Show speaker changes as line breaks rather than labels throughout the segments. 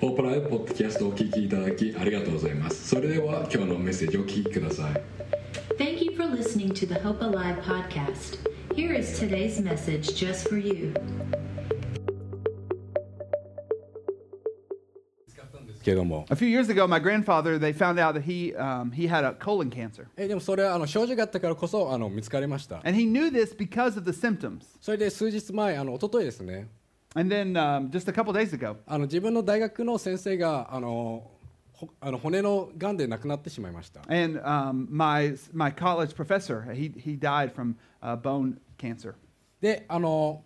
ポープライブポッドキャストをお聞きいただきありがとうございますそれでは今日のメッセージをお聞きください
Thank you for listening to the Hope Alive podcast. Here is today's message just for you.
けども
A few years ago, my grandfather, they found out that he, um, he had a colon cancer.
えでもそれはあの症状があったからこそあの見つかりました
And he knew this because of the symptoms.
それで数日前あの一昨日ですね
And then um, just a couple days ago,
あの自分の大学の先生があのほあの骨のがんで亡くなってしまいました
and um, my, my college professor, he, he died from uh, bone cancer.
であの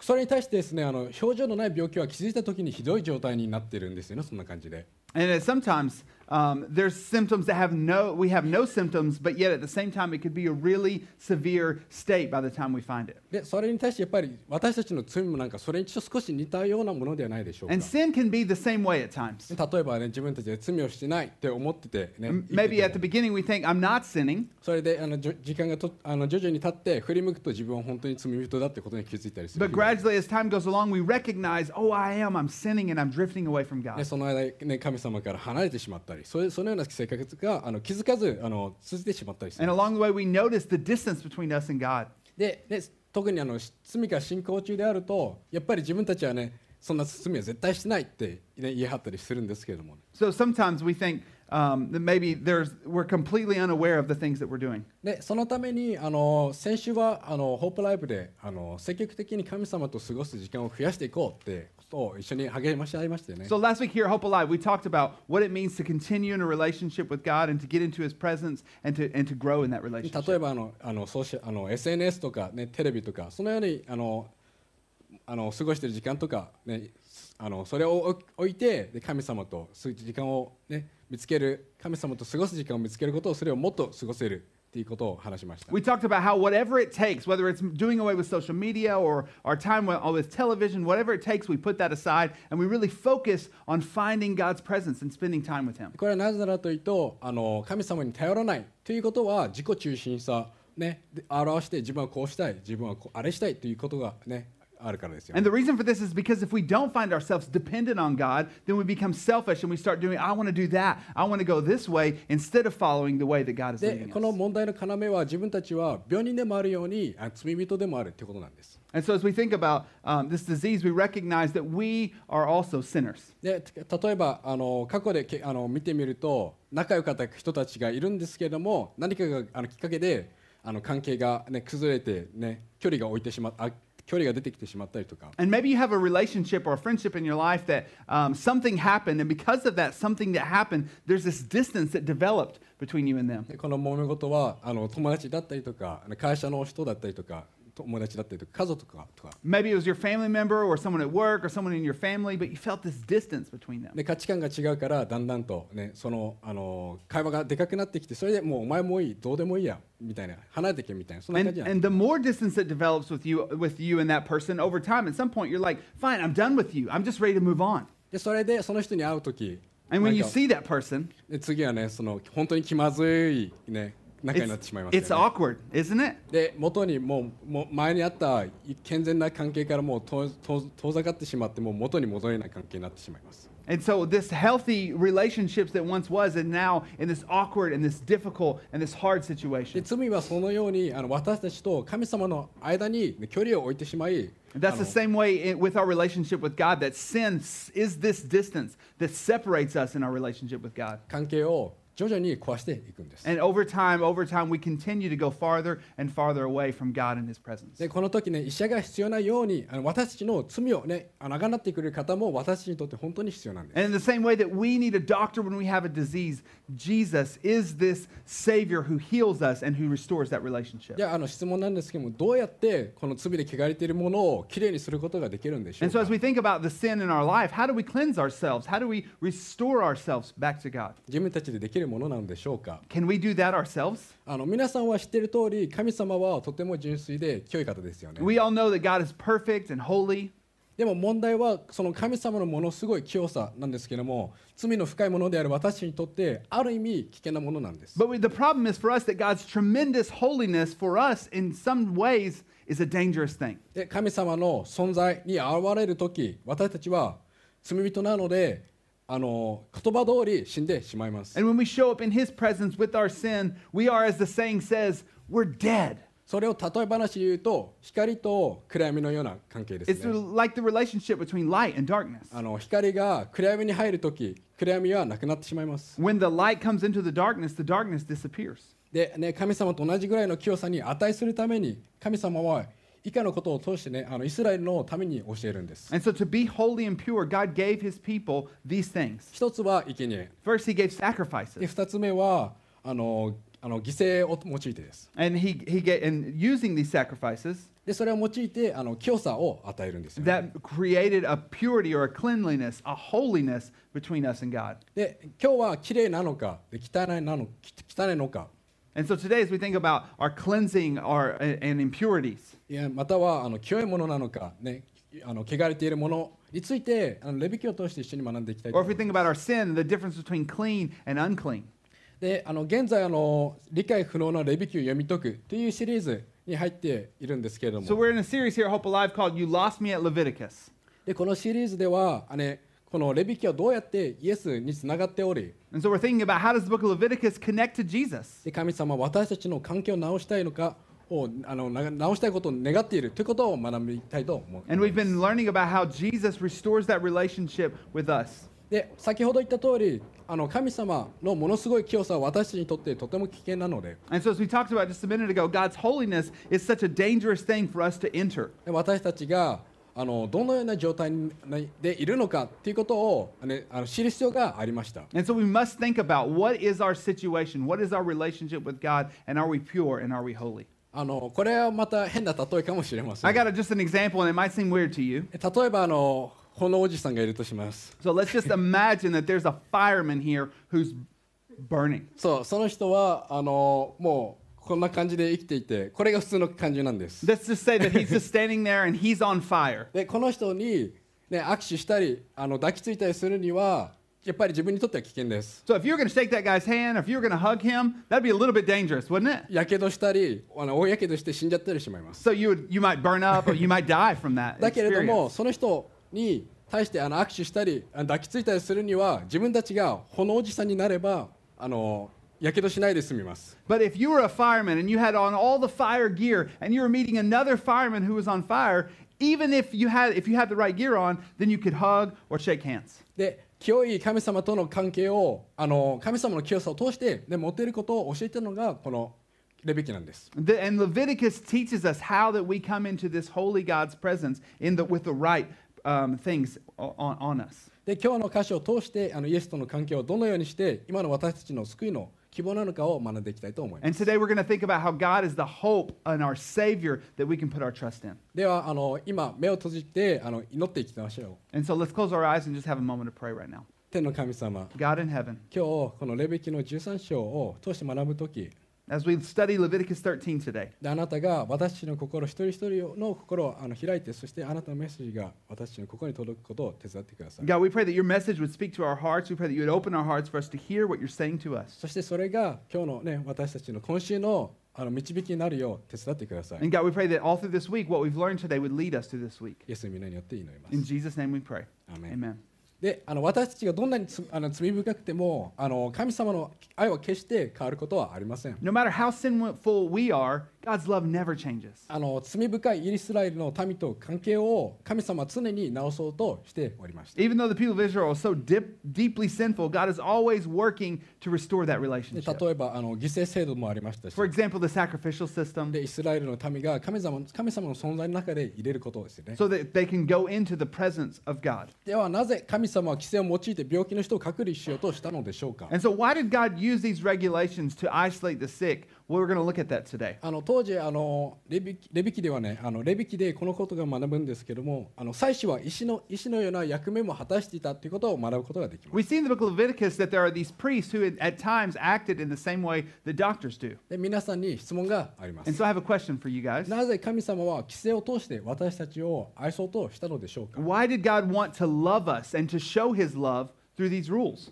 それに対してですねあの症状のない病気は気づいた時にひどい状態になってるんですよねそんな感じで
And uh, sometimes um, there's symptoms that have no, we have no symptoms, but yet at the same time, it could be a really severe state by the time we find it.
でそれに対してやっぱり私たちの罪もなんかそれにちょっと少し似たようなものではないでしょうか
And sin can be the same way at times.
例えばね自分たちで罪をしてないって思っててね
M-
生き
Maybe
てて
at the
も
beginning we think, I'm not sinning.
それであのじょ時間がとあの徐々に経って振り向くと自分は本当に罪人だってことに気づいたりする
But gradually, as time goes along, we recognize, oh, I am, I'm sinning and I'm drifting away from
で
God.
その間、ね、神様から離れてしまったりそういうそのような性格があの気づかずあの続いてしまったりする
And along the way, we notice the distance between us and God.
でで特にあのし罪が進行中であるとやっぱり自分たちはねそんな罪は絶対しないって、ね、言い張ったりするんですけれども、
So sometimes we think um, that maybe there's, we're completely unaware of the things that we're doing.
でそのためにあの先週はあのホープライブであの積極的に神様と過ごす時間を増やしていこうってことを一緒に励まし合いましてね
So last week here at Hope Alive, we talked about what it means to continue in a relationship with God and to get into His presence and to, and to grow in that
例え
relationship.
ばあのあのソーシャあの SNS とか、ね、テレビとかそのようにあのあの過ごしてる時間とか、ね、あのそれを置置いてで神様とす時間を、ね、見つける神様と過ごす時間を見つけることをそれをもっと過ごせるっていうことを話しました
We talked about how whatever it takes, whether it's doing away with social media or our time with, with television, whatever it takes, we put that aside and we really focus on finding God's presence and spending time with Him.
これはなぜならというとあの神様に頼らないということは自己中心さ、ね、で表して自分はこうしたい自分はこうあれしたいということが、ね、あるからですよね
And the reason for this is because if we don't find ourselves dependent on God, then we become selfish and we start doing, I want to do that. I want to go this way instead of following the way that God is
で
leading
この
us.
問題の要は自分たちは病人でもあるようにあ罪人でもあるということなんです
And so as we think about um, this disease, we recognize that we are also sinners.
でた例えばあの過去でけあの見てみると仲良かった人たちがいるんですけれども何かがあのきっかけであの関係が、ね、崩れて、ね、距離が置いてしまあ距離が出てきてしまったりとか
And maybe you have a relationship or a friendship in your life that um, something happened, and because of that something that happened, there's this distance that developed between you and them.
でこの揉め事はあの友達だったりとかあの会社の人だったりとか友達だったりとか家族とかとか
Maybe it was your family member or someone at work or someone in your family, but you felt this distance between them.
で価値観が違うからだんだんと、ね、そのあの会話がでかくなってきてそれでもうお前もういいどうでもいいやみたいな離れてけみたいなそんな感
And,
じなんです
and the more distance that develops with you, with you and that person over time, at some point you're like, fine, I'm done with you. I'm just ready to move on.
でそれでその人に会う時
And
な
when
ん
you
か
see that person,
で次はねその本当に気まずい、ね、仲になってしまいま
it's,
すよ
it's
ね、
awkward, isn't it?
で元にもうもう前にあった健全な関係からもう遠遠遠ざかってしまってもう元に戻れない関係になってしまいます
And so this healthy relationships that once was and now in this awkward and this difficult and this hard
で
situation.
罪はそのようにあの私たちと神様の間にね距離を置いてしまい
And
あ
that's the
の
same way it, with our relationship with God that sin s- is this distance that separates us in our relationship with God.
関係を徐々に壊していくんです
And over time, over time, we continue to go farther and farther away from God and His presence.
でこの時ね医者が必要なようにあの私たちの罪をねあの贖ってくれる方も私たちにとって本当に必要なんです
And in the same way that we need a doctor when we have a disease, Jesus is this Savior who heals us and who restores that relationship.
じゃああの質問なんですけどもどうやってこの罪で汚れているものをきれいにすることができるんでしょう
And so,
か
as we think about the sin in our life, how do we cleanse ourselves? How do we restore ourselves back to God?
自分たちでできるものなんでしょうか
Can we do that ourselves?
あの皆さんは知っている通り神様はとても純粋で清い方ですよね
We all know that God is perfect and holy,
でも問題はその神様のものすごい清さなんですけども罪の深いものである私にとってある意味危険なものなんです
but we, the problem is for us that God's tremendous holiness for us in some ways is a dangerous thing.
で神様の存在に現れる時私たちは罪人なのであの言葉通り死んでしまいます
And when we show up in His presence with our sin, we are, as the saying says, we're dead.
それを例え話で言うと光と暗闇のような関係で
It's
すね
like the relationship between light and darkness.
あの光が暗闇に入るとき暗闇はなくなってしまいます
When the light comes into the darkness, the darkness disappears.
で、ね、神様と同じぐらいの清さに値するために神様は以下のことを通してねあのイスラエルのために教えるんです
And so, to be holy and pure, God gave His people these things.
一つは生贄
First, He gave
で
sacrifices,
二つ目はあのあの犠牲を用いてです
and He He gave, and using these sacrifices,
でそれを用いてあの清さを与えるんですよ、ね、
that created a purity or a cleanliness, a holiness between us and God.
で今日は綺麗なのかで汚いなの汚いのか
And so today, as we think about our cleansing our, and impurities,
いやまたはあの清いものなのか、ね、あの汚れているものについてあのレビキを通して一緒に学んでいきたいと
or if
思
we
います
think about our sin, the difference between clean and unclean.
であの現在あの理解不能なレビキを読み解くというシリーズに入っているんですけれど
So
も
we're in a series here at Hope Alive called You Lost Me at Leviticus.
でこのシリーズではあねこのレビキはどうやってイエスにつながっており
And so we're thinking about how does the book of Leviticus connect to Jesus?
で神様は私たちの関係を直したいのかをあのな直したいことを願っているということを学びたいと思う
And we've been learning about how Jesus restores that relationship with us.
で先ほど言った通りあの神様のものすごい清さは私たちにとってとても危険なので
And so, as we talked about just a minute ago, God's holiness is such a dangerous thing for us to enter.
で私たちがあのどのような状態にでいるのかということを、ね、あの知る必要がありました
And so, we must think about what is our situation? What is our relationship with God? And are we pure and are we holy?
あのこれはまた変な例えかもしれませ
I
ん
got a, just an example, and it might seem weird to you.
例えばあのこのおじさんがいるとします
So let's just imagine that there's a fireman here who's burning.
そうその人はあのもうこんな感じで生きていてこれが普通の感じなんです
Let's just say that he's just standing there and he's on fire.
でこの人に、ね、握手したりあの抱きついたりするにはやっぱり自分にとっては危険です
So if you're going to shake that guy's hand, if you're going to hug him, that'd be a little bit dangerous, wouldn't it?
やけどしたりあの大やけどして死んじゃったりしまいます
So you would, you might burn up or you might die from that.
だけれども
experience.
その人に対してあの握手したりあの抱きついたりするには自分たちが炎おじさんになればあのやけどしないで済みます
But if you were a fireman and you had on all the fire gear and you were meeting another fireman who was on fire, even if you had if you had the right gear on, then you could hug or shake hands.
で清い神様との関係をあの神様の清さを通して、ね、持っていることを教えているのがこのレビキなんです
The- and Leviticus teaches us how that we come into this holy God's presence in the, with the right um, things o- on, on us.
で今日の歌詞を通してあのイエスとの関係をどのようにして今の私たちの救いの希望なのかを学んでいきたいと思います
And today we're going to think about how God is the hope and our Savior that we can put our trust in.
ではあの今目を閉じてあの祈っていきましょう
And so let's close our eyes and just have a moment of prayer right now.
天の神様
God in heaven,
今日このレビキの13章を通して学ぶ時
as we study Leviticus 13 today,
であなたが私たちの心一人一人の心をあの開いてそしてあなたのメッセージが私たちの心に届くことを手伝ってください
God, we pray that your message would speak to our hearts. We pray that you would open our hearts for us to hear what you're saying to us.
そしてそれが今日のね私たちの今週のあの導きになるよう手伝ってください
And God, we pray that all through this week, what we've learned today would lead us through this week.
イエスの皆によって祈りま
In
す
Jesus' name we pray.
Amen.
Amen.
であの私たちがどんなにつあの罪深くてもあの神様の愛は決して変わることはありません
No matter how sinful we are, God's love never changes.
あの罪深いイスラエルの民と関係を神様は常に直そうとしておりました
Even though the people of Israel are so dip, deeply sinful, God is always working to restore
で
that relationship.
例えばあの犠牲制度もありましたし
For example, the sacrificial system,
でイスラエルの民が神様神様の存在の中で入れることですよね
so that they can go into the presence of God.
ではなぜ神様は規制を用いて病気の人を隔離しようとしたのでしょうか
And so, why did God use these regulations to isolate the sick? Well, we're going to look at that today.
あの当時あのレビキレビキではねあのレビキでこのことが学ぶんですけどもあの祭司は石の石のような役目も果たしていたということを学ぶことができます
We see in the book of Leviticus that there are these priests who had, at times acted in the same way that doctors do.
で皆さんに質問がありま
And
す
so, I have a question for you guys.
なぜ神様は規制を通して私たちを愛そうとしたのでしょうか
Why did God want to love us and to show his love through these rules?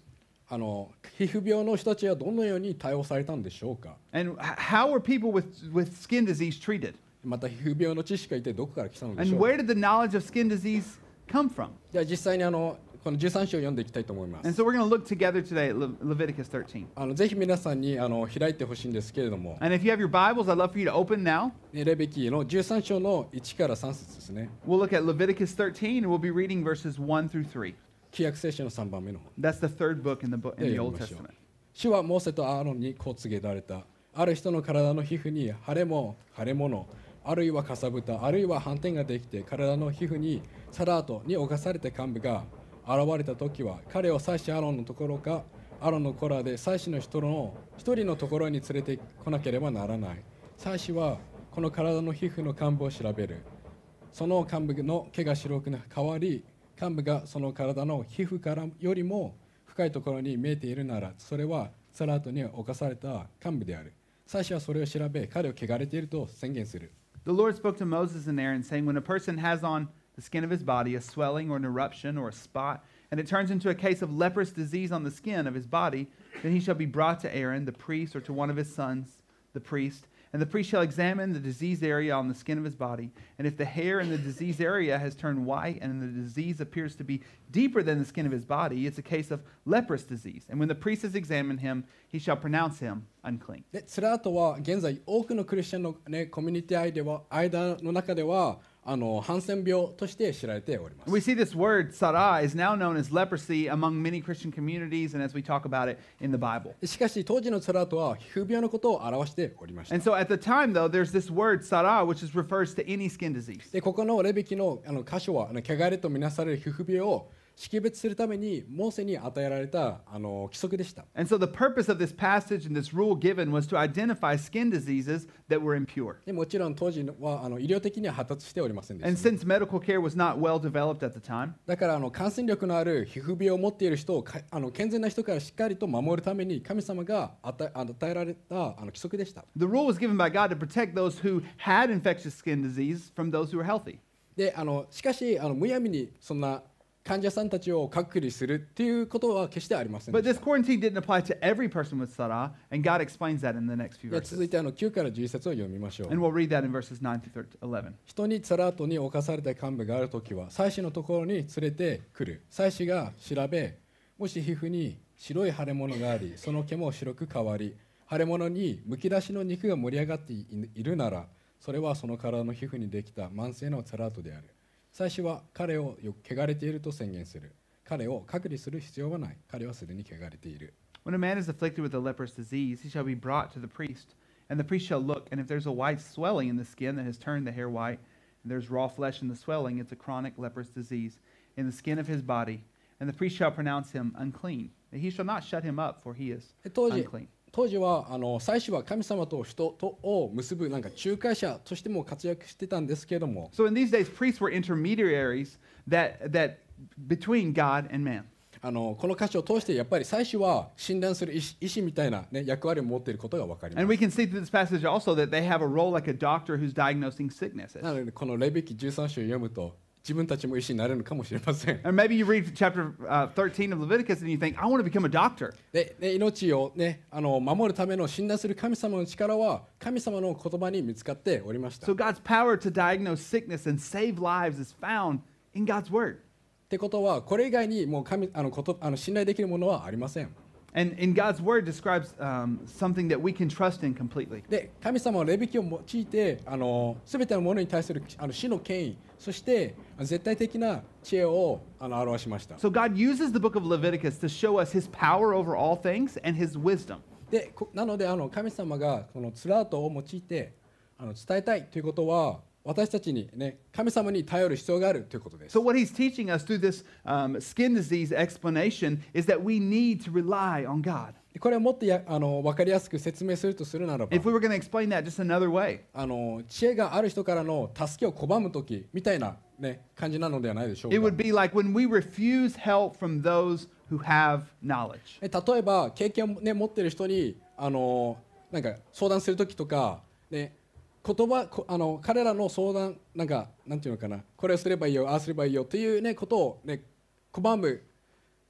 あの皮膚病の人たちはどのように対応されたんでしょうか
And h- how were people with, with skin disease treated?
また皮膚病の知識が一体どこから来たのでしょ
And
うか
where did the knowledge of skin disease come from?
じゃあ実際にあのこの13章を読んでいきたいと思いま
And
す
so we're going to look together today at Le- Leviticus 13.
あのぜひ皆さんにあの開いてほしいんですけれども、
And if you have your Bibles, I'd love for you to open now.
ねレベキの13章の1から3節ですね
We'll look at Leviticus 13 and we'll be reading verses 1 through 3.
旧約聖書の3番目の方
That's the third book in the, bo-
で読
in the
み
Old
ましょう
Testament.。
主はモーセとアーロンにこう告げられた。ある人の体の皮膚に腫れも腫れ物、あるいはかさぶた、あるいは斑点ができて体の皮膚にサラートに侵されて幹部が現れた時は彼を祭司アーロンのところかアーロンの子らで祭司の人の一人のところに連れてこなければならない。祭司はこの体の皮膚の幹部を調べる。その幹部の毛が白く変わり幹部がその体の皮膚からよりも深いところに見えているならそれはサラートに侵された幹部である最初はそれを調べ彼を汚れていると宣言する
The Lord spoke to Moses and Aaron, saying, When a person has on the skin of his body a swelling or an eruption or a spot, and it turns into a case of leprous disease on the skin of his body, then he shall be brought to Aaron, the priest, or to one of his sons, the priest. And the priest shall examine the diseased area on the skin of his body. And if the hair in the diseased area has turned white and the disease appears to be deeper than the skin of his body, it's a case of leprous disease. And when the priest has examined him, he shall pronounce him unclean.
でサラートは現在多くのクリスチャンの、ね、コミュニティ間では間の中ではあのハンセン病として知られております
And We see this word, sarah, is now known as leprosy among many Christian communities, and as we talk about it in the Bible.
しかし当時のサラートは皮膚病のことを表しておりました
And so at the time, though, there's this word, sarah, which is, refers to any skin disease.
でここのレビキのあの箇所はあの汚れとみなされる皮膚病を識別するためにモーセに与えられたあの規則でした
And so the purpose of this passage and this rule given was to identify skin diseases that were impure.
でもちろん当時はあの医療的には発達しておりませんで
And
した、
since medical care was not well developed at the time,
だからあの感染力のある皮膚病を持っている人をかあの健全な人からしっかりと守るために神様が与えあの与えられたあの規則でした
the rule was given by God to protect those who had infectious skin disease from those who were healthy.
であのしかしあのむやみにそんな患者さんたちを隔離するっていうことは決してありませんで
But
し
this
た
quarantine didn't apply to every person with sarah, and God explains that in the next few
で続い
verses.
てあの9から11節を読みましょう
And we'll read that in verses 9 through 13 11.
人にサラートに侵された幹部があるときは妻子のところに連れてくる妻子が調べもし皮膚に白い腫れ物がありその毛も白く変わり腫れ物にむき出しの肉が盛り上がっていいるならそれはその体の皮膚にできた慢性のサラートである妻子は彼をよ汚れていると宣言する彼を隔離する必要はない彼はすでに汚れている
When a man is afflicted with a leprous disease, he shall be brought to the priest, and the priest shall look, and if there's a white swelling in the skin that has turned the hair white, and there's raw flesh in the swelling, it's a chronic leprous disease in the skin of his body, and the priest shall pronounce him unclean. And he shall not shut him up, for he is
で当時
unclean.
当時はあの妻子は神様と人とを結ぶなんか仲介者としても活躍してたんですけども
So in these days, priests were intermediaries that, that between God and man.
あのこの歌詞を通してやっぱり最初は診断する医師医師みたいな、ね、役割を持っていることが分かりま
And
す。
we can see through this passage also that they have a role like a doctor who's diagnosing sicknesses.
なのでこのレビキ13章を読むと自分たちも医師になれるのかもしれません。
Or maybe you read chapter uh, 13 of Leviticus and you think, I want to become a doctor.
で、ね、命を、ね、あの守るための診断する神様の力は神様の言葉に見つかっておりました。
So
っ
God's power to diagnose sickness and save lives is found in God's word.
てことはこれ以外にもう神あのことあの信頼できるものはありません。
And in God's word describes um, something that we can trust in completely.
で神様はレビキを用いてあの全てのものに対するあの死の権威そして絶対的な知恵をあの表しました。
So God uses the book of Leviticus to show us his power over all things and his wisdom.
でこなのであの神様がこのツラートを用いてあの伝えたいということは私たちにね神様に頼る必要があるということです
So what he's teaching us through this um, skin disease explanation is that we need to rely on God.
でこれをもっとやあの分かりやすく説明するとするならば
If we were going to explain that just another way,
あの知恵がある人からの助けを拒む時みたいな、ね、感じなのではないでしょう
it
か
would be like when we refuse help from those who have knowledge.
え例えば経験を、ね、持ってる人にあのなんか相談する時とか、ね、言葉こあの彼らの相談なんかなんていうのかなこれをすればいいよああすればいいよという、ね、ことを、ね、拒む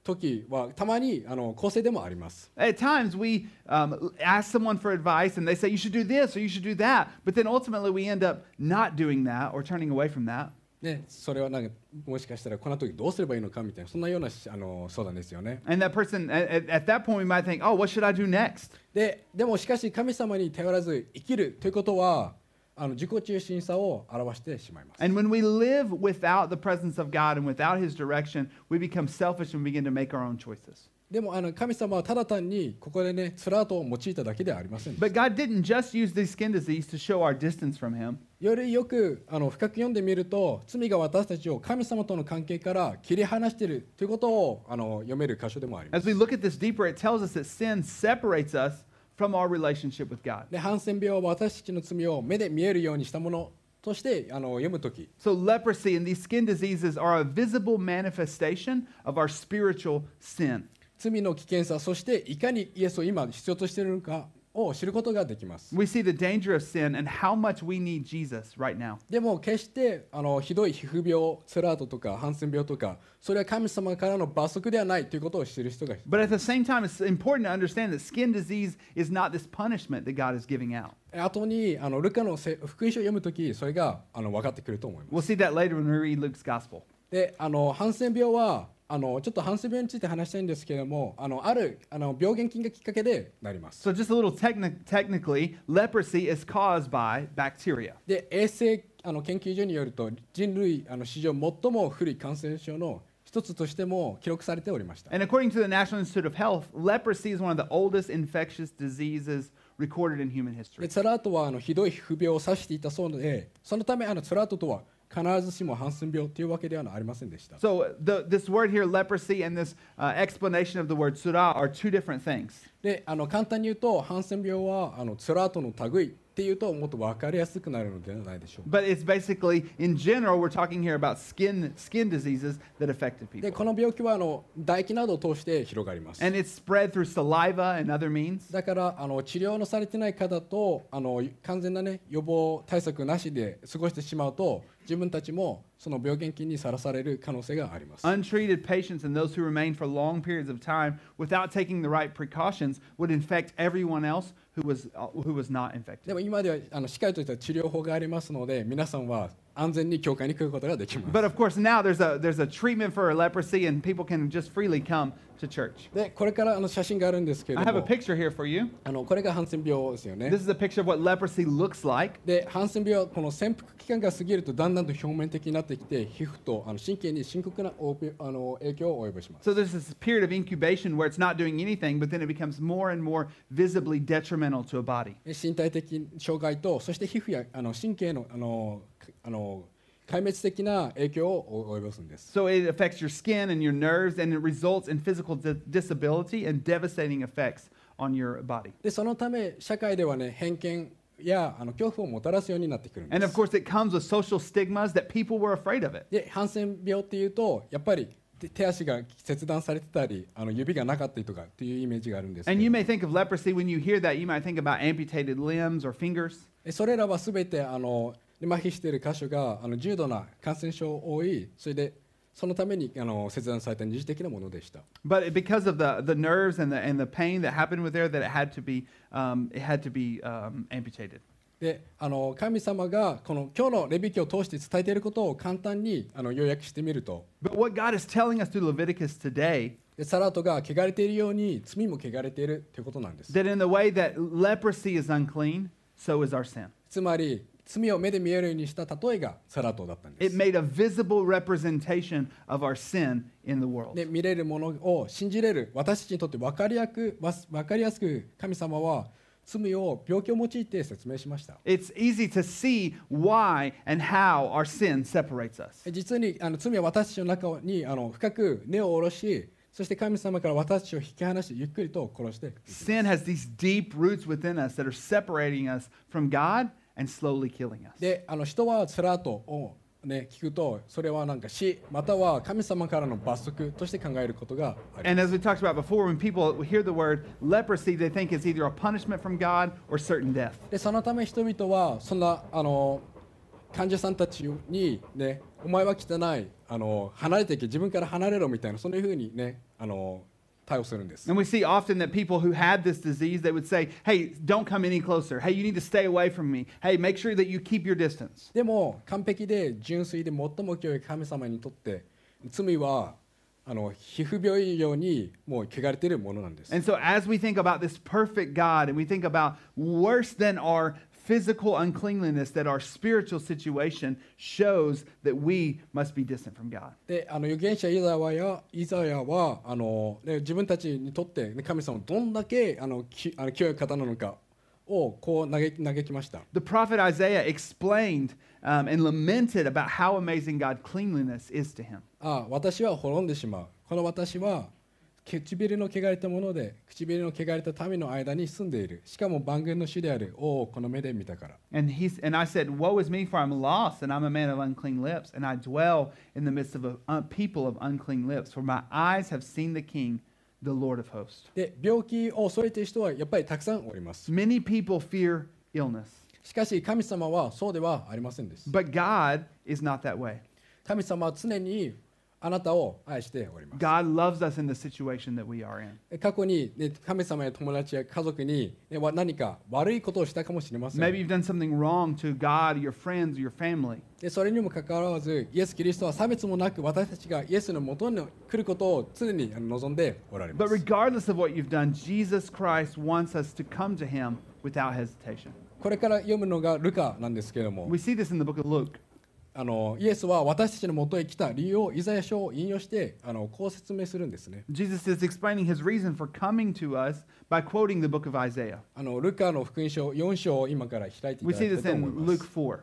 時はたまにあの構成でもあります。
At times, we um, ask someone for advice and they say, you should do this or you should do that. But then ultimately, we end up not doing that or turning away from that.
ね、それはなんかもしかしたらこの時どうすればいいのかみたいなそんなようなしあの相談ですよね
And that person, at- at, at that point, we might think, oh, what should I do next?
ででもしかし神様に頼らず生きるということはあの自己中心さを表してしまいます
And when we live without the presence of God and without His direction, we become selfish and begin to make our own choices.
でもあの神様はただ単にここでねスラートを用いただけではありません
But God didn't just use the skin disease to show our distance from Him.
よりよくあの深く読んでみると罪が私たちを神様との関係から切り離しているということをあの読める箇所でもありま
As
す
we look at this deeper, it tells us that sin separates us from our relationship with God.
でハンセン病は私たちの罪を目で見えるようにしたものとしてあの読む時
So, leprosy and these skin diseases are a visible manifestation of our spiritual sin.
罪の危険さそしていかにイエスを今必要としているのかを知ることができます
We see the danger of sin and how much we need Jesus right now.
でも決してあのひどい皮膚病ツラートとかハンセン病とかそれは神様からの罰則ではないということを知る人が
But at the same time, it's important to understand that skin disease is not this punishment that God is giving out.
後にあのルカのせ福音書を読む時それがあの分かってくると思います
We'll see that later when we read Luke's gospel.
であのハンセン病はあのちょっとハンセン病について話したいんですけれどもあのあるあの病原菌がきっかけでなります
So, just a little techni- technically, leprosy is caused by bacteria.
で衛生あの研究所によると人類あの史上最も古い感染症の一つとしても記録されておりました
And according to the National Institute of Health, leprosy is one of the oldest infectious diseases recorded in human
で
history.
ツラートはあのひどい不病を指していたそうでそのためあのツラートとは必ずしもハンセン病というわけではありませんでした
So, the, this word here, leprosy, and this uh, explanation of the word surah are two different things.
であの簡単に言うとハンセン病はあのツラートの類っていうともっと分かりやすくなるのではないでしょうか
But it's basically, in general, we're talking here about skin, skin diseases that affected
で
people.
この病気はあの唾液などを通して広がります
And it's spread through saliva and other means.
だからあの治療のされてない方とあの完全な、ね、予防対策なしで過ごしてしまうと自分たちもその病原菌にさらされる可能性があります
Untreated patients and those who remain for long periods of time without taking the right precautions would infect everyone else who was, uh, who was not
で
infected.
も今ではあのしっかりとした治療法がありますので皆さんは安全に教会に来ることができます
But of course, now there's a, there's a treatment for leprosy, and people can just freely come to church.
でこれからあの写真があるんですけれ
I
ど
have a
も
picture here for you.
あのこれがハンセン病ですよね
This is a picture of what leprosy looks like.
でハンセン病はこの潜伏期間が過ぎるとだんだんと表面的になってきて皮膚とあの神経に深刻なおびあの影響を及ぼします
So there's this period of incubation where it's not doing anything, but then it becomes more and more visibly detrimental to a body.
身体的障害とそして皮膚やあの神経のあのかあの壊滅的な影響を及ぼすんです
So it affects your skin and your nerves, and it results in physical di- disability and devastating effects on your body.
でそのため社会ではね偏見やあの恐怖をもたらすようになってくるん
And
で
of
す
course, it comes with social stigmas that people were afraid of it.
でハンセン病っていうとやっぱり手手足が切断されてたりあの指がなかったりとかっていうイメージがあるんですけ
And
ど
you may think of leprosy when you hear that, you might think about amputated limbs or fingers.
えそれらは全てあの麻痺している箇所があの重度な感染症を負いそれでそのためにあの切断された二次的なものでした
But it- because of the, the nerves and the, and the pain that happened with there, that it had to be, um, it had to be um, amputated.
であの神様がこの今日のレビ記を通して伝えていることを簡単にあの要約してみると
But what God is telling us through Leviticus today,
でサラートが汚れているように罪も汚れているということなんです
that in the way that leprosy is unclean, so is our sin.
つまり罪を目で見えるようにした例えがサラートだったんで
It
す
made a visible representation of our sin in the world.
で見れるものを信じれる私たちにとって分かりやくわす分かりやすく神様は罪を病気を用いて説明しました
It's easy to see why and how our sin separates us.
で実にあの罪は私たちの中にあの深く根を下ろしそして神様から私たちを引き離しゆっくりと殺していきます
Sin has these deep roots within us that are separating us from God and slowly killing us.
であの人はつらとを、ね、聞くとそれはなんか死または神様からの罰則として考えることがあり
And
ます
as we talked about before, when people hear the word leprosy, they think it's either a punishment from God or certain death.
でそのため人々はそんなあの患者さんたちに、ね「お前は汚いあの離れていけ自分から離れろ」みたいなそういうふうにねあの対応するんです。
And we see often that people who had this disease, they would say, hey, don't come any closer. Hey, you need to stay away from me. Hey, make sure that you keep your distance.
でも完璧で純粋で最も清い神様にとって罪はあの皮膚病以上にもう汚れているものなんです。
And so as we think about this perfect God and we think about worse than our physical uncleanliness, that our spiritual situation shows that we must be distant from God.
であの預言者イザヤやイザヤはあの、ね、自分たちにとって、ね、神様はどんだけあのきあの清い方なのかをこう嘆き嘆きました。
The prophet Isaiah explained um, and lamented about how amazing God cleanliness is to him.
ああ私は滅んでしまうこの私は唇の汚れたもので唇の汚れた民の間に住んでいるしかも万軍の主である王をこの目で見たから
And he and I said, "Woe is me, for I'm lost, and I'm a man of unclean lips, and I dwell in the midst of a a people of unclean lips. For my eyes have seen the King, the Lord of hosts."
で病気を恐れている人はやっぱりたくさんおります
Many people fear illness,
しかし神様はそうではありませんです
but God is not that way.
神様は常にあなたを愛しております
God loves us in the situation that we are in.
過去に、ね、神様や友達や家族に、ね、わ何か悪いことをしたかもしれませ
Maybe
ん
you've done something wrong to God, your friends, your family.
でそれにもかかわらずイエス・キリストは差別もなく私たちがイエスのもとに来ることを常にあの望んでおられま
But
す
regardless of what you've done, Jesus Christ wants us to come to Him without hesitation.
これから読むのがルカなんですけれども
We see this in the book of Luke.
あのイエスは私たちのもとへ来た理由をイザヤ書を引用してあのこう説明するんですね
Jesus is explaining his reason for coming to us by quoting the book of Isaiah.
あのルカの福音書4章を今から開いてい
We
ただ
see
きたいと
this
思いま
in
す
Luke 4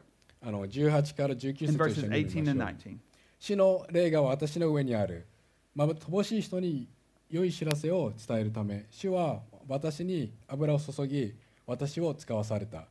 あの18から19節
in
と一緒
verses
に読み
18 and
ましょう
19.
死の霊が私の上にあるまぶ乏しい人に良い知らせを伝えるため主は私に油を注ぎ私を使わされた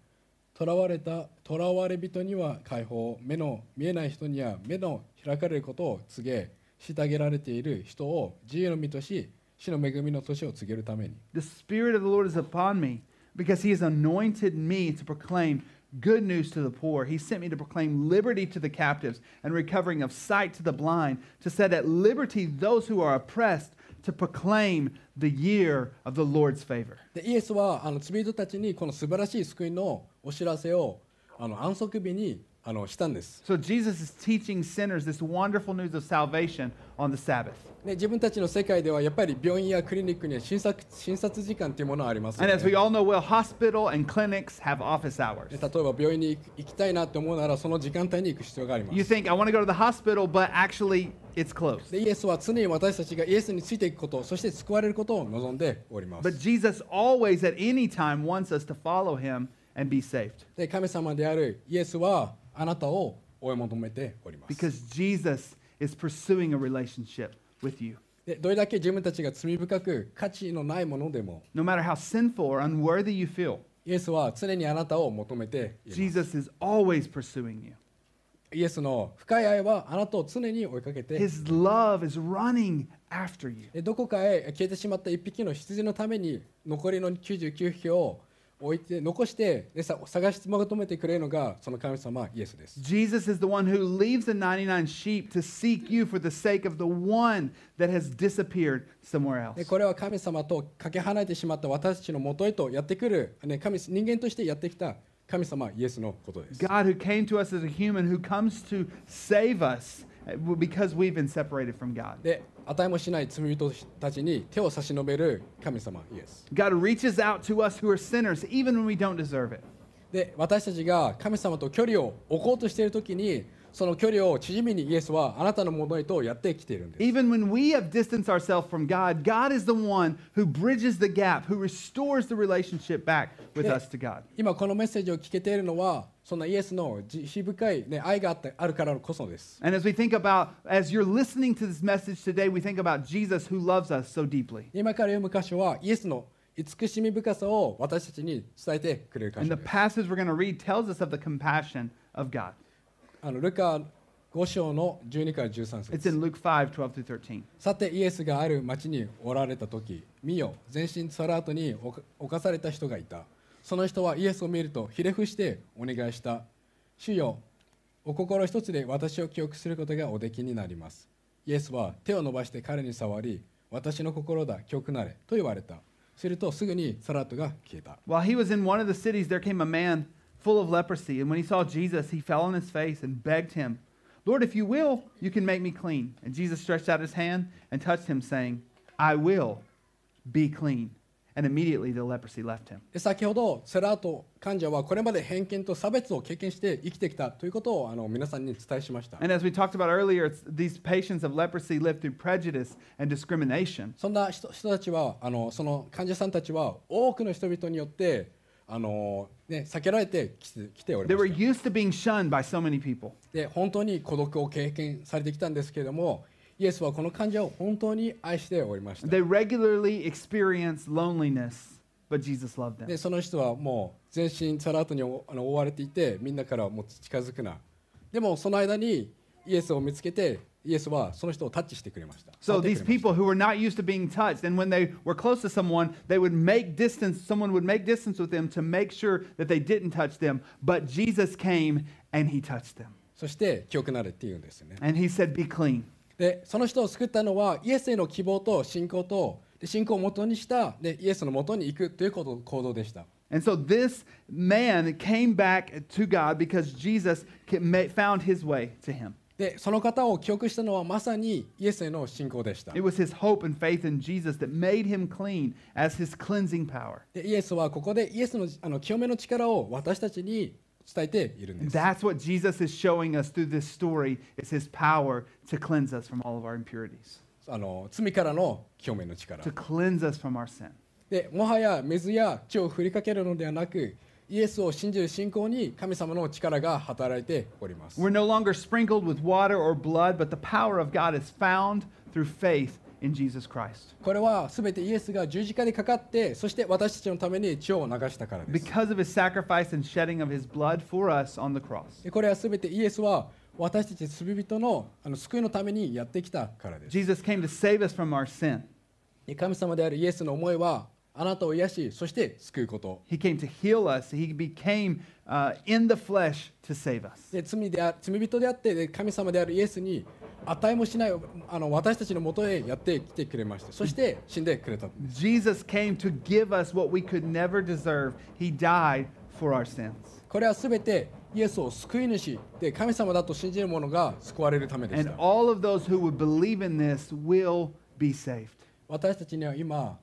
囚われた囚われ人には解放目の見えない人には目の開かれることを告げ虐げられている人を自由の身とし死の恵みの年を告げるために
The Spirit of the Lord is upon me because he has anointed me to proclaim good news to the poor. He sent me to proclaim liberty to the captives and recovering of sight to the blind, to set at liberty those who are oppressed, to proclaim the year of the Lord's favor.
でイエスはあの罪人たちにこの素晴らしい救いのお知らせをあの安息日にあのしたんです
So Jesus is teaching sinners this wonderful news of salvation on the Sabbath.
ね、自分たちの世界ではやっぱり病院やクリニックには診察診察時間というものはありますよ
And
ね、
as we all know well, hospital and clinics have office hours.
で例えば病院に行く行きたいなと思うならその時間帯に行く必要がありま
You
す
think, I want to go to the hospital, but actually, it's closed.
でイエスは常に私たちがイエスについていくことそして救われることを望んでおります
But Jesus always, at any time, wants us to follow him and be saved
で神様であるイエスはあなたを追い求めております
because Jesus is pursuing a relationship with you.
でどれだけ自分たちが罪深く価値のないものでも
No matter how sinful or unworthy you feel,
イエスは常にあなたを求めています
Jesus is always pursuing you.
イエスの深い愛はあなたを常に追いかけて
His love is running after you.
でどこかへ消えてしまった1匹の羊のために残りの99匹を置いて残してでさ探し求めてくれるのがその神様イエスです。
Jesus is the one who leaves the 99 sheep to seek you for the sake of the one that has disappeared somewhere
で
else.
これは神様とかけ離れてしまった私たちのもとへとやってくる、ね、神人間としてやってきた神様イエスのことです。
God who came to us as a human, who comes to save us uh, because we've been separated from God.
で値もしない罪人たちに手を差し伸べる神様イエス。
God reaches out to us who are sinners, even when we don't deserve it.
で私たちが神様と距離を置こうとしている時にその距離を縮みにイエスはあなたのもとへとやってきているんです。
Even when we have distanced ourselves from God, God is the one who bridges the gap, who restores the relationship back with
Yeah.
us to God.
今このメッセージを聞けているのはそんなイエスの慈悲深い、ね、愛があってあるからこそです。
And as we think about, as you're listening to this message today, we think about Jesus who loves us so deeply.
今から読む箇所はイエスの慈しみ深さを私たちに伝えてくれる箇
And
所
the
です。
passage we're going to read tells us of the compassion of God.
あのルカ5章の12から13
It's
節
in Luke 5 12 through 13.
さてイエスがある町におられた時見よ全身サラートに侵侵された人がいたその人はイエスを見るとひれ伏してお願いした主よお心一つで私を記憶することがおできになりますイエスは手を伸ばして彼に触り私の心だ曲なれと言われたするとすぐにサラトが消えた
While he was in one of the cities, there came a man full of leprosy, and when he saw Jesus, he fell on his face and begged him, Lord, if you will, you can make me clean. And Jesus stretched out his hand and touched him, saying, I will be clean. And immediately the leprosy left him.
で先ほどセラート患者はこれまで偏見と差別を経験して生きてきたということをあの皆さんに伝えしました
And as we talked about earlier, it's, these patients of leprosy live through prejudice and discrimination.
そんな人人たちはあのその患者さんたちは多くの人々によってあの、ね、避けられてきてきており
They
ま
were
した
used to being shunned by so many people.
で本当に孤独を経験されてきたんですけれどもイエスはこの患者を本当に愛しておりました
They regularly experienced loneliness, but Jesus loved them.
でその人はもう全身サラートにおあの覆われていてみんなからはもう近づくなでもその間にイエスを見つけてイエスはその人をタッチしてくれました
So
触ってくれまし
these
た
people who were not used to being touched, and when they were close to someone, they would make distance, someone would make distance with them to make sure that they didn't touch them. But Jesus came and he touched them.
そして清くなれっていうんですよね
And he said, Be clean.
でその人を救ったのはイエスへの希望と信仰とで信仰を元にしたでイエスの元に行くということ行動でした
And so this man came back to God because Jesus ca- ma- found his way to him.
でその方を記憶したのはまさにイエスへの信仰でした
It was his hope and faith in Jesus that made him clean as his cleansing power.
でイエスはここでイエスのあの清めの力を私たちに伝えているんです
That's what Jesus is showing us through this story is his power to cleanse us from all of our impurities,
あの罪からの清めの力
to cleanse us from our sin.
でもはや水や血を振りかけるのではなくイエスを信じる信仰に神様の力が働いております
We're no longer sprinkled with water or blood, but the power of God is found through faith in Jesus Christ.
これは全てイエスが十字架にかかってそして私たちのために血を流したからです
Because of his sacrifice and shedding of his blood for us on the cross,
でこれは全てイエスは私たち罪人のあの救いのためにやってきたからです
Jesus came to save us from our sin.
で神様であるイエスの思いはあなたを癒しそして救うこと
He came to heal us. He became uh, in the flesh to save us.
で罪であ罪人であってで神様であるイエスに値もしないあの私たちのもとへやってきてくれましたそして死んでくれたんです
Jesus came to give us what we could never deserve. He died for our sins.
これは全てイエスを救い主で神様だと信じる者が救われるためでし
And
た
all of those who would believe in this will be saved.
私たちには今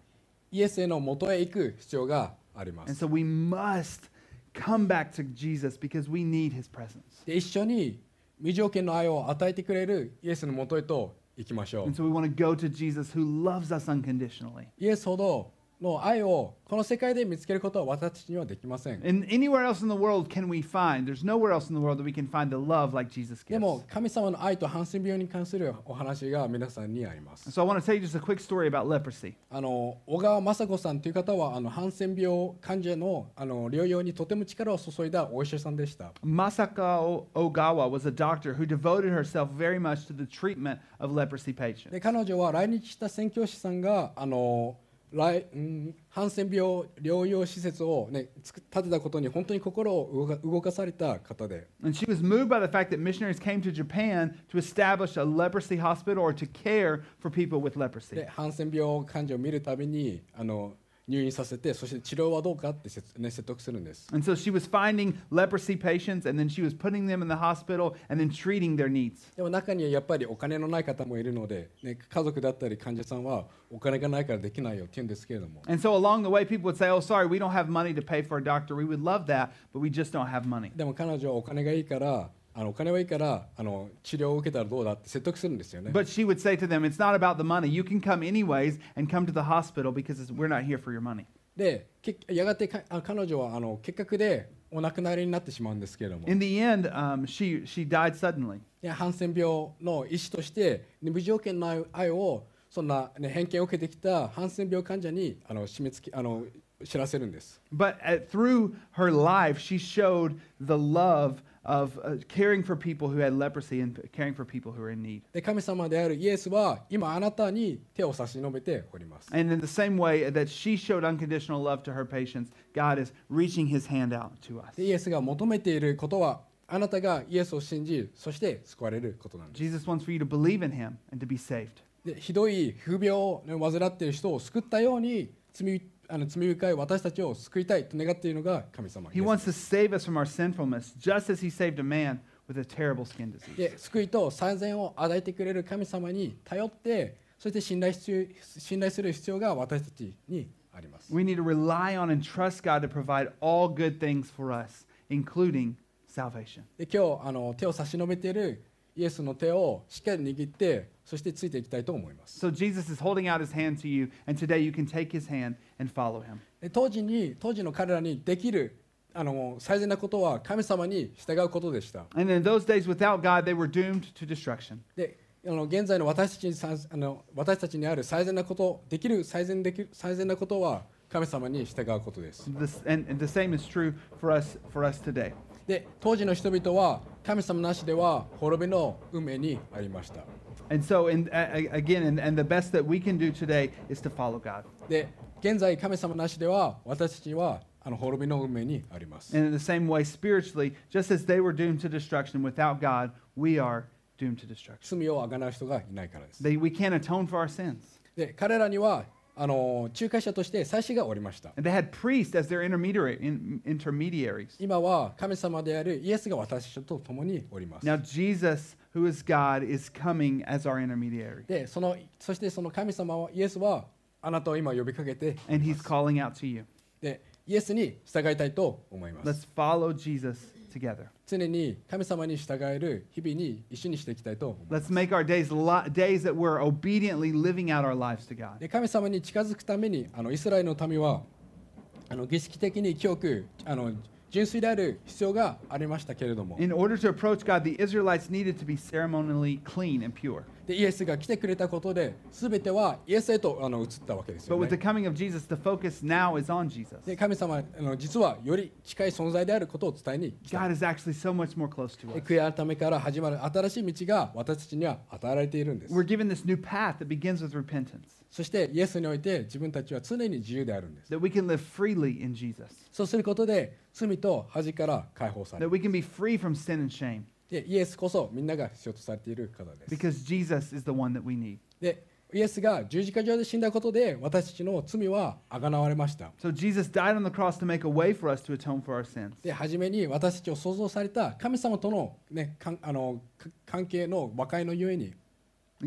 イエスへの元へ行く必要がありま
And
す
so we must come back to Jesus because we need his presence.
で一緒に無条件の愛を与えてくれるイエスの元へと行きましょう
And so we want to go to Jesus who loves us unconditionally.
イエスほどの愛をこの世界で見つけることは私たちにはできません
And anywhere else in the world can we find, there's nowhere else in the world that we can find the love like Jesus
で
gives.
も神様の愛とハンセン病に関するお話が皆さんにありま
And
す
so I want to tell you just a quick story about leprosy.
あの小川雅子さんという方はあのハンセン病患者のあの療養にとても力を注いだお医者さんでした
Masako Ogawa was a doctor who devoted herself very much to the treatment of leprosy
で
patients.
彼女は来日した宣教師さんがあの来、うん、ハンセン病療養施設を、ね、つく建てたことに本当に心を動か動かされた方で
And she was moved by the fact that missionaries came to Japan to establish a leprosy hospital or to care for people with leprosy.
でハンセン病患者を見るたびにあの入院させてそして治療はどうかって説,、ね、説得するんです
And so she was finding leprosy patients and then she was putting them in the hospital and then treating their needs.
でも中にはやっぱりお金のない方もいるので、ね、家族だったり患者さんはお金がないからできないよって言うんですけれども
And so along the way, people would say, Oh, sorry, we don't have money to pay for a doctor. We would love that, but we just don't have money.
でも彼女はお金がいいからあのお金はいいからあの治療を受けたらどうだって説得するんですよね。
But she would say to them, It's not about the money. You can come anyways and come to the hospital because it's, we're not here for your money.
でけやがてかあ彼女はあの結核でお亡くなりになってしまうんですけれども
In the end, um, she, she died suddenly.
でハンセン病の医師として無条件の愛愛をそんな、ね、偏見を受けてきたハンセン病患者にあの締め付けあの知らせるんです。
But uh through her life, she showed the love of uh, caring for people who had leprosy and p- caring for people who were in need.
で神様であるイエスは今あなたに手を差し伸べております。
And in the same way that she showed unconditional love to her patients, God is reaching his hand out to us.
でイエスが求めていることはあなたがイエスを信じそして救われることなんです。
Jesus wants for you to believe in him and to be saved.
でひどい不病を、ね、患っている人を救ったように罪あの罪深い私たちを救いたいと願っているのが神様イ
He
エス
wants to save us from our sinfulness, just as He saved a man with a terrible skin disease.
で救いと産前を与えてくれる神様に頼ってそして信頼必要信頼する必要が私たちにあります。
We need to rely on and trust God to provide all good things for us, including salvation.
で今日あの手を差し伸べているイエスの手をしっかり握ってそしてついていきたいと思います。
So Jesus is holding out his hand to you, and today you can take his hand and follow him.
で当時に当時の彼らにできるあの最善なことは神様に従うことでした。
And in those days without God, they were doomed to destruction.
であの現在の私たちにさあの私たちにある最善なことできる最善できる最善なことは神様に従うことです。
This, and, and the same is true for us for us today.
で当時の人々は神様なしでは滅びの運命にありました。
And so, in, a, a- again, and, and the best that we can do today is to follow God.
で現在神様なしでは私たちはあの滅びの運命にあります。
And in the same way, spiritually, just as they were doomed to destruction without God, we are doomed to destruction.
罪をあがなう人がいないからです。
They, we can't atone for our sins.
で彼らにはあの仲介者として祭司がおりました。
And they had priests as their intermediary, in, intermediaries.
今は神様であるイエスが私たちと共におります。
Now, Jesus, who is God, is coming as our intermediary.
でそのそしてその神様はイエスはあなたを今呼びかけて
And he's calling out to you.
でイエスに従いたいと思いま
Let's
す
follow Jesus together.
常に神様に従える日々に一緒にしていきたいと思いま
Let's
す
make our days li- days that we're obediently living out our lives to God.
で神様に近づくためにあのイスラエルの民はあの儀式的に清くあの純粋である必要がありましたけれども
In order to approach God, the Israelites needed to be ceremonially clean and pure.
でイエスが来てくれたことで全てはイエスへとあの移ったわけですよ、
But with the
ね、
coming of Jesus, the focus now is on Jesus.
で神様あの実はより近い存在であることを伝えに来た
God is actually so much more close to
で
us.
悔い改めから始まる新しい道が私たちには与えられているんです
We're given this new path that begins with repentance,
そしてイエスにおいて自分たちは常に自由であるんです
that we can live freely in Jesus,
そうすることで罪と恥から解放され
that
る
we can be free from sin and shame,
でイエスこそみんなが必要とされている方です
because Jesus is the one that we need.
でイエスが十字架上で死んだことで私たちの罪は贖われました
So Jesus died on the cross to make a way for us to atone for our sins.
で初めに私たちを創造された神様との,、ね、かんあのか関係の和解のゆえに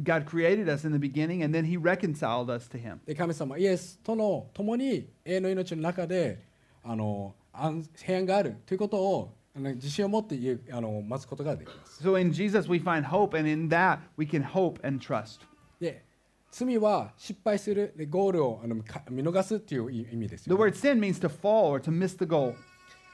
God created us in the beginning, and then He reconciled us to Him.
で神様イエスとの共に永遠の命の中であの安平安があるということをあの自信を持って言うあの待つことができます。
So in Jesus we find hope, and in that we can hope and trust.
で罪は失敗するでゴールをあのか見逃すという意意味です
The
よ、ね
word sin means to fall or to miss the goal.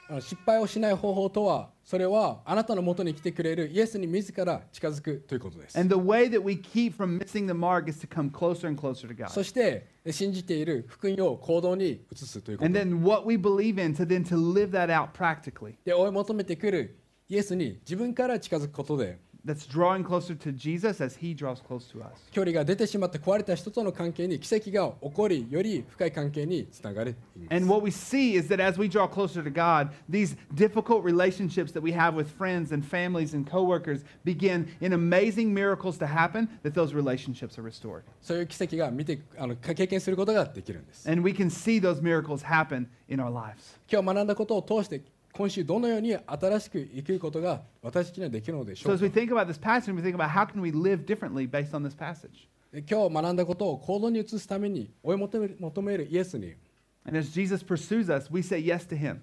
あの失敗をしない方法とはそれはあなたの元に来てくれるイエスに自ら近づくということです
And the way that we keep from missing the mark is to come closer and closer to God.
そしてで信じている福音を行動に移すということ
and
で
then what we believe in to then to live that out practically.
追い求めてくるイエスに自分から近づくことで
That's drawing closer to Jesus as he draws close to us.
距離が出てしまって壊れた人との関係に奇跡が起こりより深い関係につながります
And what we see is that as we draw closer to God, these difficult relationships that we have with friends and families and coworkers begin in amazing miracles to happen that those relationships are restored.
そういう奇跡が見てあの経験することができるんです
And we can see those miracles happen in our lives.
今日学んだことを通して今週どのように新しく生きることが私たちにはできるのでし
So
ょう
as
か
we think about this passage, we think about how can we live differently based on this passage.
で今日学んだことを行動に移すために追い求める求めるイエスに
And as Jesus pursues us, we say yes to him.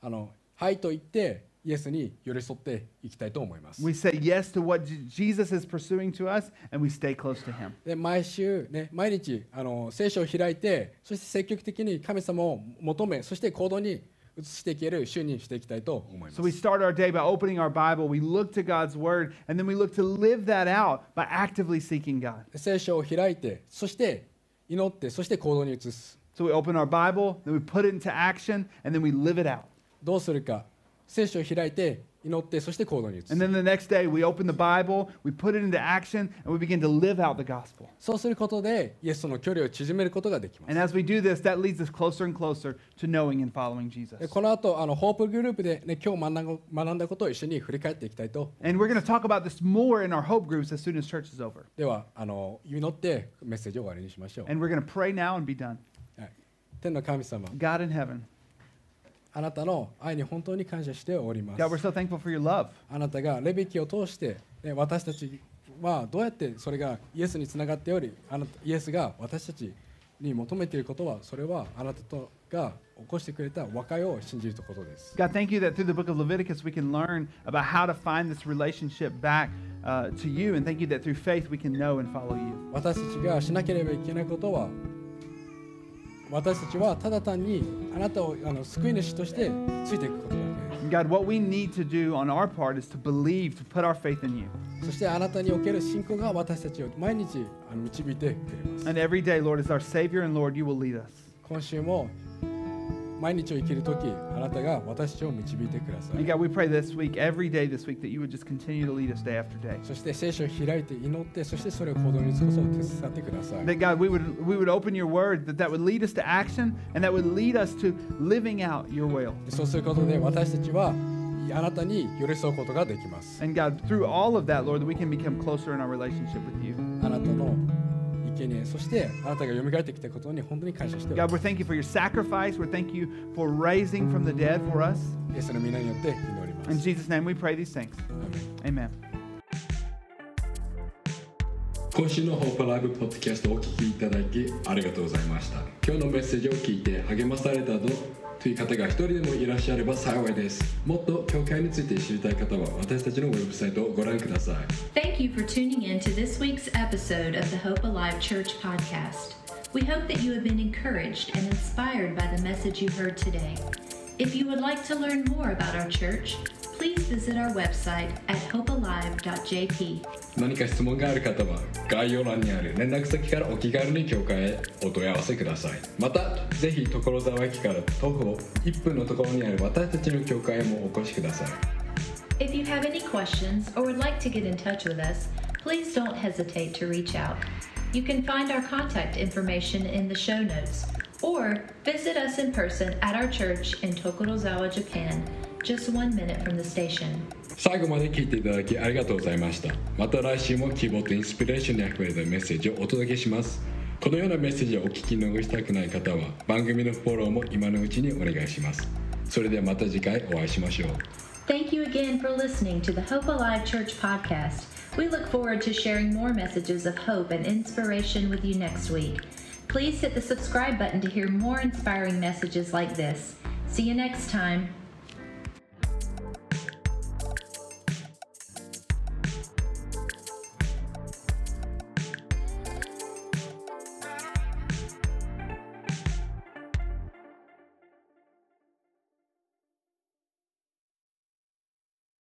あのはいと言ってイエスに寄り添っていきたいと思います
We say yes to what Je- Jesus is pursuing to us, and we stay close to him.
で毎週、ね、毎日あの聖書を開いてそして積極的に神様を求めそして行動に移していける週にしていきたいと思い
So
ま
we
す
start our day by opening our Bible, we look to God's word, and then we look to live that out by actively seeking God.
聖書を開いてそして祈ってそして行動に移す
So we open our Bible, then we put it into action, and then we live it out.
どうするか聖書を開いて祈ってそして行動に移す
And then the next day, we open the Bible, we put it into action, and we begin to live out the gospel.
そうすることでイエスとの距離を縮めることができます
And as we do this, that leads us closer and closer to knowing and following Jesus.
でこの後あのホープグループで、ね、今日学んだ学んだことを一緒に振り返っていきたいと
And we're going to talk about this more in our hope groups as soon as church is over.
ではあの祈ってメッセージを終わりにしましょう、
And we're going to pray now and be done.
はい天の神様
God in heaven,
あなたの愛に本当に感謝しております
God, we're so thankful for your love.
あなたがレビキを通して、ね、私たちはどうやってそれがイエスにつながっておりあなたイエスが私たちに求めていることはそれはあなたとが起こしてくれた和解を信じることです
God, thank you that through the book of Leviticus, we can learn about how to find this relationship back uh, to you. And thank you that through faith, we can know and follow you.
私たちがしなければいけないことは私たちはただ単にあなたをあの救い主としてついていくことだけで
And God, what we need to do on our part is to believe, to put our faith in you.
すそしてあなたにおける信仰が私たちを毎日あの導いてくれます
And every day, Lord, as our Savior and Lord, you will lead us.
今週も毎日を生きるときあなたが私たちを導いてくださ
And
い
God, we pray this week, every day this week, that you would just continue to lead us day after day.
そして聖書を開いて祈ってそしてそれを行動に移すことを手伝ってください
That God, we would we would open your word, that that would lead us to action, and that would lead us to living out your will.
そうすることで私たちはあなたに寄り添うことができます
And God, through all of that, Lord, that we can become closer in our relationship with you.
あなたの生贄そしてあなたが蘇ってきたことに本当に感謝しておりま
God,
す
we're thank you for your sacrifice. We're thank you for raising from the dead for us.
イエスの皆によって祈りま
In
す
Jesus' name we pray these things. Amen.
今週のホープライブポッドキャストをお聞きいただきありがとうございました今日のメッセージを聞いて励まされたとという方が一人でもいらっしゃれば幸いですもっと教会について知りたい方は私たちのウェブサイトをご覧ください
Thank you for tuning in to this week's episode of the Hope Alive Church podcast. We hope that you have been encouraged and inspired by the message you heard today. If you would like to learn more about our church, please visit our website at hopealive.jp.
何か質問がある方は概要欄にある連絡先からお気軽に教会へお問い合わせくださいまたぜひ所沢駅から徒歩1分のところにある私たちの教会へもお越しください
If you have any questions or would like to get in touch with us, please don't hesitate to reach out. You can find our contact information in the show notes or visit us in person at our church in Tokorozawa, Japan, just one minute from the station.
最後まで聞いていただきありがとうございましたまた来週も希望とインスピレーションにあふれたメッセージをお届けしますこのようなメッセージをお聞き逃したくない方は番組のフォローも今のうちにお願いしますそれではまた次回お会いしましょう
Thank you again for listening to the Hope Alive Church podcast. We look forward to sharing more messages of hope and inspiration with you next week. Please hit the subscribe button to hear more inspiring messages like this. See you next time.